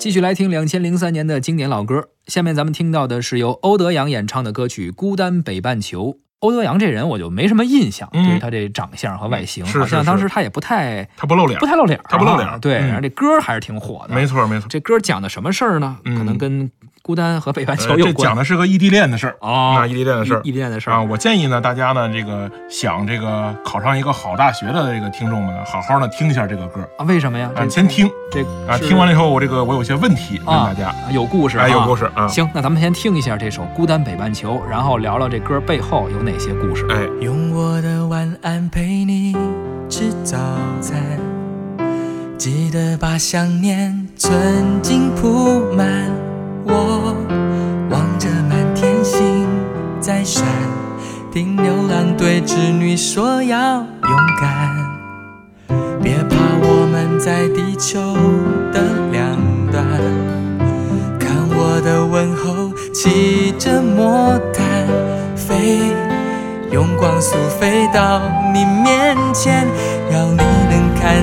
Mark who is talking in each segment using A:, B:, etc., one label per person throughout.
A: 继续来听两千零三年的经典老歌，下面咱们听到的是由欧德阳演唱的歌曲《孤单北半球》。欧德阳这人我就没什么印象，
B: 嗯
A: 对于他这长相和外形，
B: 嗯是
A: 好像
B: 是
A: 当时
B: 是
A: 他也不太
B: 他不露脸
A: 不，太露脸儿啊，
B: 他不露脸儿
A: 对，
B: 嗯
A: 然后这歌还是挺火的。
B: 没错没错，
A: 这歌讲的什么事儿呢？
B: 嗯
A: 可能跟孤单和北半球
B: 呃
A: 有
B: 这
A: 关
B: 讲。的是个异地恋的事儿
A: 哦
B: 啊，，异地恋的事儿
A: 异地恋的事
B: 啊。
A: 儿。
B: 我建议呢，大家呢这个想这个考上一个好大学的这个听众们呢，好好呢听一下这个歌儿
A: 啊，为什么呀？
B: 啊，
A: 这
B: 先听
A: 这
B: 啊，
A: 是
B: 听完了以后我这个我有些问题问
A: 啊
B: 大家，
A: 啊有故事，
B: 哎，有故
A: 事。
B: 事啊，
A: 行，那咱们先听一下这首《孤单北半球》，然后聊聊这歌背后有哪些故事。
B: 哎，
C: 用我的晚安陪你吃早餐，记得把想念存进铺满。我望着满天星在闪，听牛郎对织女说要勇敢，别怕我们在地球的两端。看我的问候，骑着魔毯飞。用光速飞到你面前，要你能看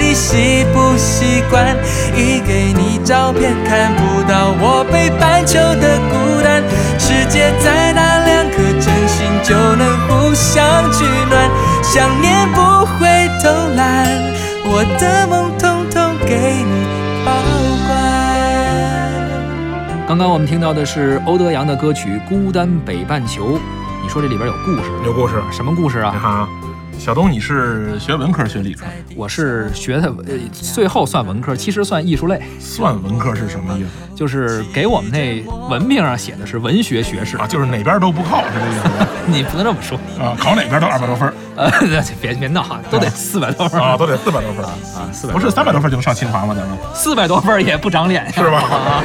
C: 你习不习惯？一给你照片，看不到我北半球的孤单。世界再大，两颗真心就能互相取暖，想念不会偷懒，我的梦统统给你保管。
A: 刚刚我们听到的是欧德阳的歌曲《孤单北半球》，你说这里边有故事？
B: 有故事。
A: 什么故事
B: 你
A: 啊？
B: 看啊，小东，你是学文科学理科？
A: 我是学的，呃，最后算文科，其实算艺术类，
B: 算文科是什么意思
A: 就是给我们那文凭上写的是文学学士
B: 啊？，就是哪边都不靠，是这意思吧
A: 你不能这么说，
B: 啊？考哪边都二百多分儿
A: 呃，别别闹啊，都得四百多分儿
B: 啊，都得四百多分儿，
A: 啊，四百
B: 不是三百多分儿就能上清华吗？咱们
A: 四百多分儿也不长脸呀
B: 是吧？
A: 啊，
B: 啊，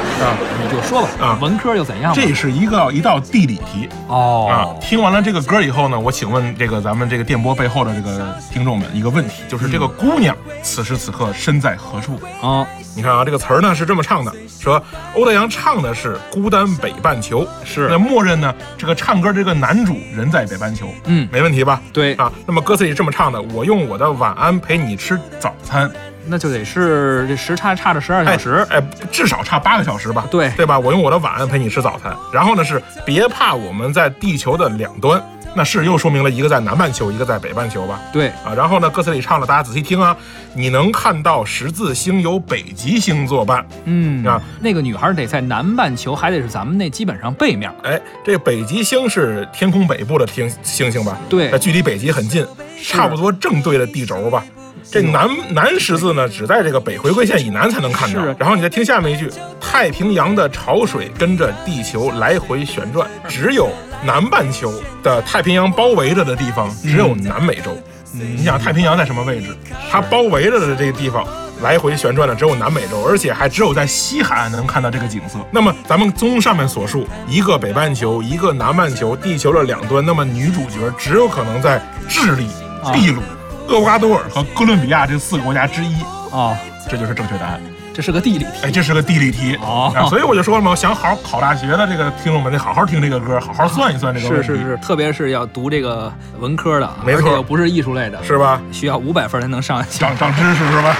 A: 你就说吧
B: 啊，
A: 文科又怎样吧？
B: 这是一个一道地理题啊
A: 哦。，
B: 听完了这个歌以后呢，我请问这个咱们这个电波背后的这个听众们一个问题，就是这个姑娘此时此刻身在何处？
A: 啊，
B: 你看啊，这个词儿呢是这么唱的，说欧德阳唱的是《孤单北半球》，
A: 是
B: 那默认呢，这个唱歌这个男主人在北半球，
A: 嗯
B: 没问题吧？
A: 对
B: 啊，那么歌词里这么唱的：我用我的晚安陪你吃早餐，
A: 那就得是这时差差着十二小时，
B: 哎，至少差八个小时吧？
A: 对
B: 对吧？我用我的晚安陪你吃早餐，然后呢是别怕我们在地球的两端，那是又说明了一个在南半球，一个在北半球吧？
A: 对，
B: 啊，然后呢，歌词里唱了，大家仔细听啊，你能看到十字星有北极星作伴，
A: 嗯
B: 啊，
A: 那个女孩得在南半球，还得是咱们那基本上背面。
B: 哎，这北极星是天空北部的天星星吧？
A: 对
B: 呃距离北极很近，差不多正对着地轴吧。这南南十字呢，只在这个北回归线以南才能看到
A: 是。
B: 然后你再听下面一句：太平洋的潮水跟着地球来回旋转，只有南半球的太平洋包围着的地方，只有南美洲。你想太平洋在什么位置？它包围着的这个地方。来回旋转的只有南美洲，而且还只有在西海岸能看到这个景色。那么，咱们综上面所述，一个北半球，一个南半球，地球的两端，那么女主角只有可能在智利、
A: 啊
B: 秘鲁、厄瓜多尔和哥伦比亚这四个国家之一。
A: 哦，
B: 这就是正确答案。
A: 这是个地理题。
B: 哎，这是个地理题
A: 哦
B: 啊所以我就说了嘛，想好好考大学的这个听众们得好好听这个歌，好好算一算这个问
A: 是
B: 题，
A: 是是，特别是要读这个文科的啊，
B: 没错
A: 而且又不是艺术类的，
B: 是吧？
A: 需要五百分才能上。
B: 长长知识是吧？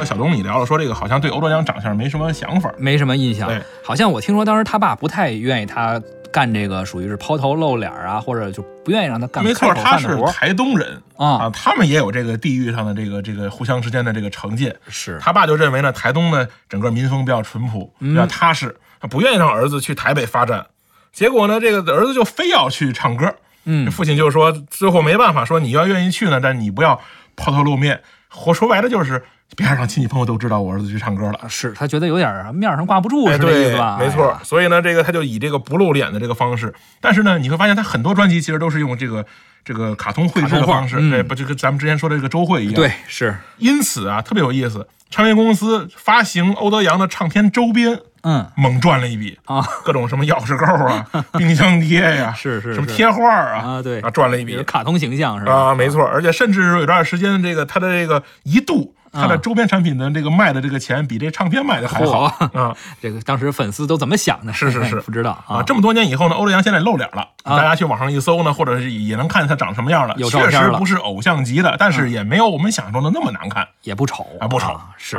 B: 那小东，你聊了说这个好像对欧洲江长相没什么想法，
A: 没什么印象
B: 对，
A: 好像我听说当时他爸不太愿意他干这个，属于是抛头露脸啊，或者就不愿意让他干
B: 没错，
A: 开口
B: 他
A: 饭的
B: 是
A: 活儿
B: 台东人
A: 啊
B: 啊，，他们也有这个地域上的这个这个互相之间的这个成见。
A: 是
B: 他爸就认为呢，台东呢整个民风比较淳朴，比
A: 嗯
B: 较踏实，他不愿意让儿子去台北发展。结果呢，这个儿子就非要去唱歌。
A: 嗯
B: 这父亲就说，最后没办法，说你要愿意去呢，但你不要抛头露面。或说白了就是，别让亲戚朋友都知道我儿子去唱歌了。
A: 是他觉得有点儿面儿上挂不住，
B: 哎，
A: 是这意
B: 对
A: 思吧？，
B: 没
A: 哎
B: 错
A: 呀。。
B: 所以呢，这个他就以这个不露脸的这个方式，但是呢，你会发现他很多专辑其实都是用这个这个卡通绘制
A: 卡
B: 的
A: 通画
B: 方式，
A: 嗯
B: 对，不，这个咱们之前说的这个周慧一样。
A: 对，，是
B: 因此啊，特别有意思，唱片公司发行欧德阳的唱片周边，
A: 嗯
B: 猛赚了一笔，
A: 啊，
B: 各种什么钥匙扣 啊、冰箱贴呀、
A: 是是
B: 什么
A: 是
B: 贴画啊
A: 啊对
B: 啊赚了一
A: 比
B: 笔
A: 如卡通形象是吧？
B: 啊，没错，而且甚至有一段时间，这个它的这个一度。
A: 啊
B: 它的周边产品的这个卖的这个钱比这唱片卖的还好
A: 嚯
B: 啊
A: 这个当时粉丝都怎么想的？
B: 是是是
A: 不知道
B: 啊！这么多年以后呢，欧乐阳现在露脸了，大家去网上一搜呢，或者是也能看见他长什么样了。
A: 啊有照
B: 确
A: 片
B: 实
A: 了
B: 不是偶像级的，但是也没有我们想象中的那么难看
A: 也不丑
B: 啊，不丑
A: 啊，是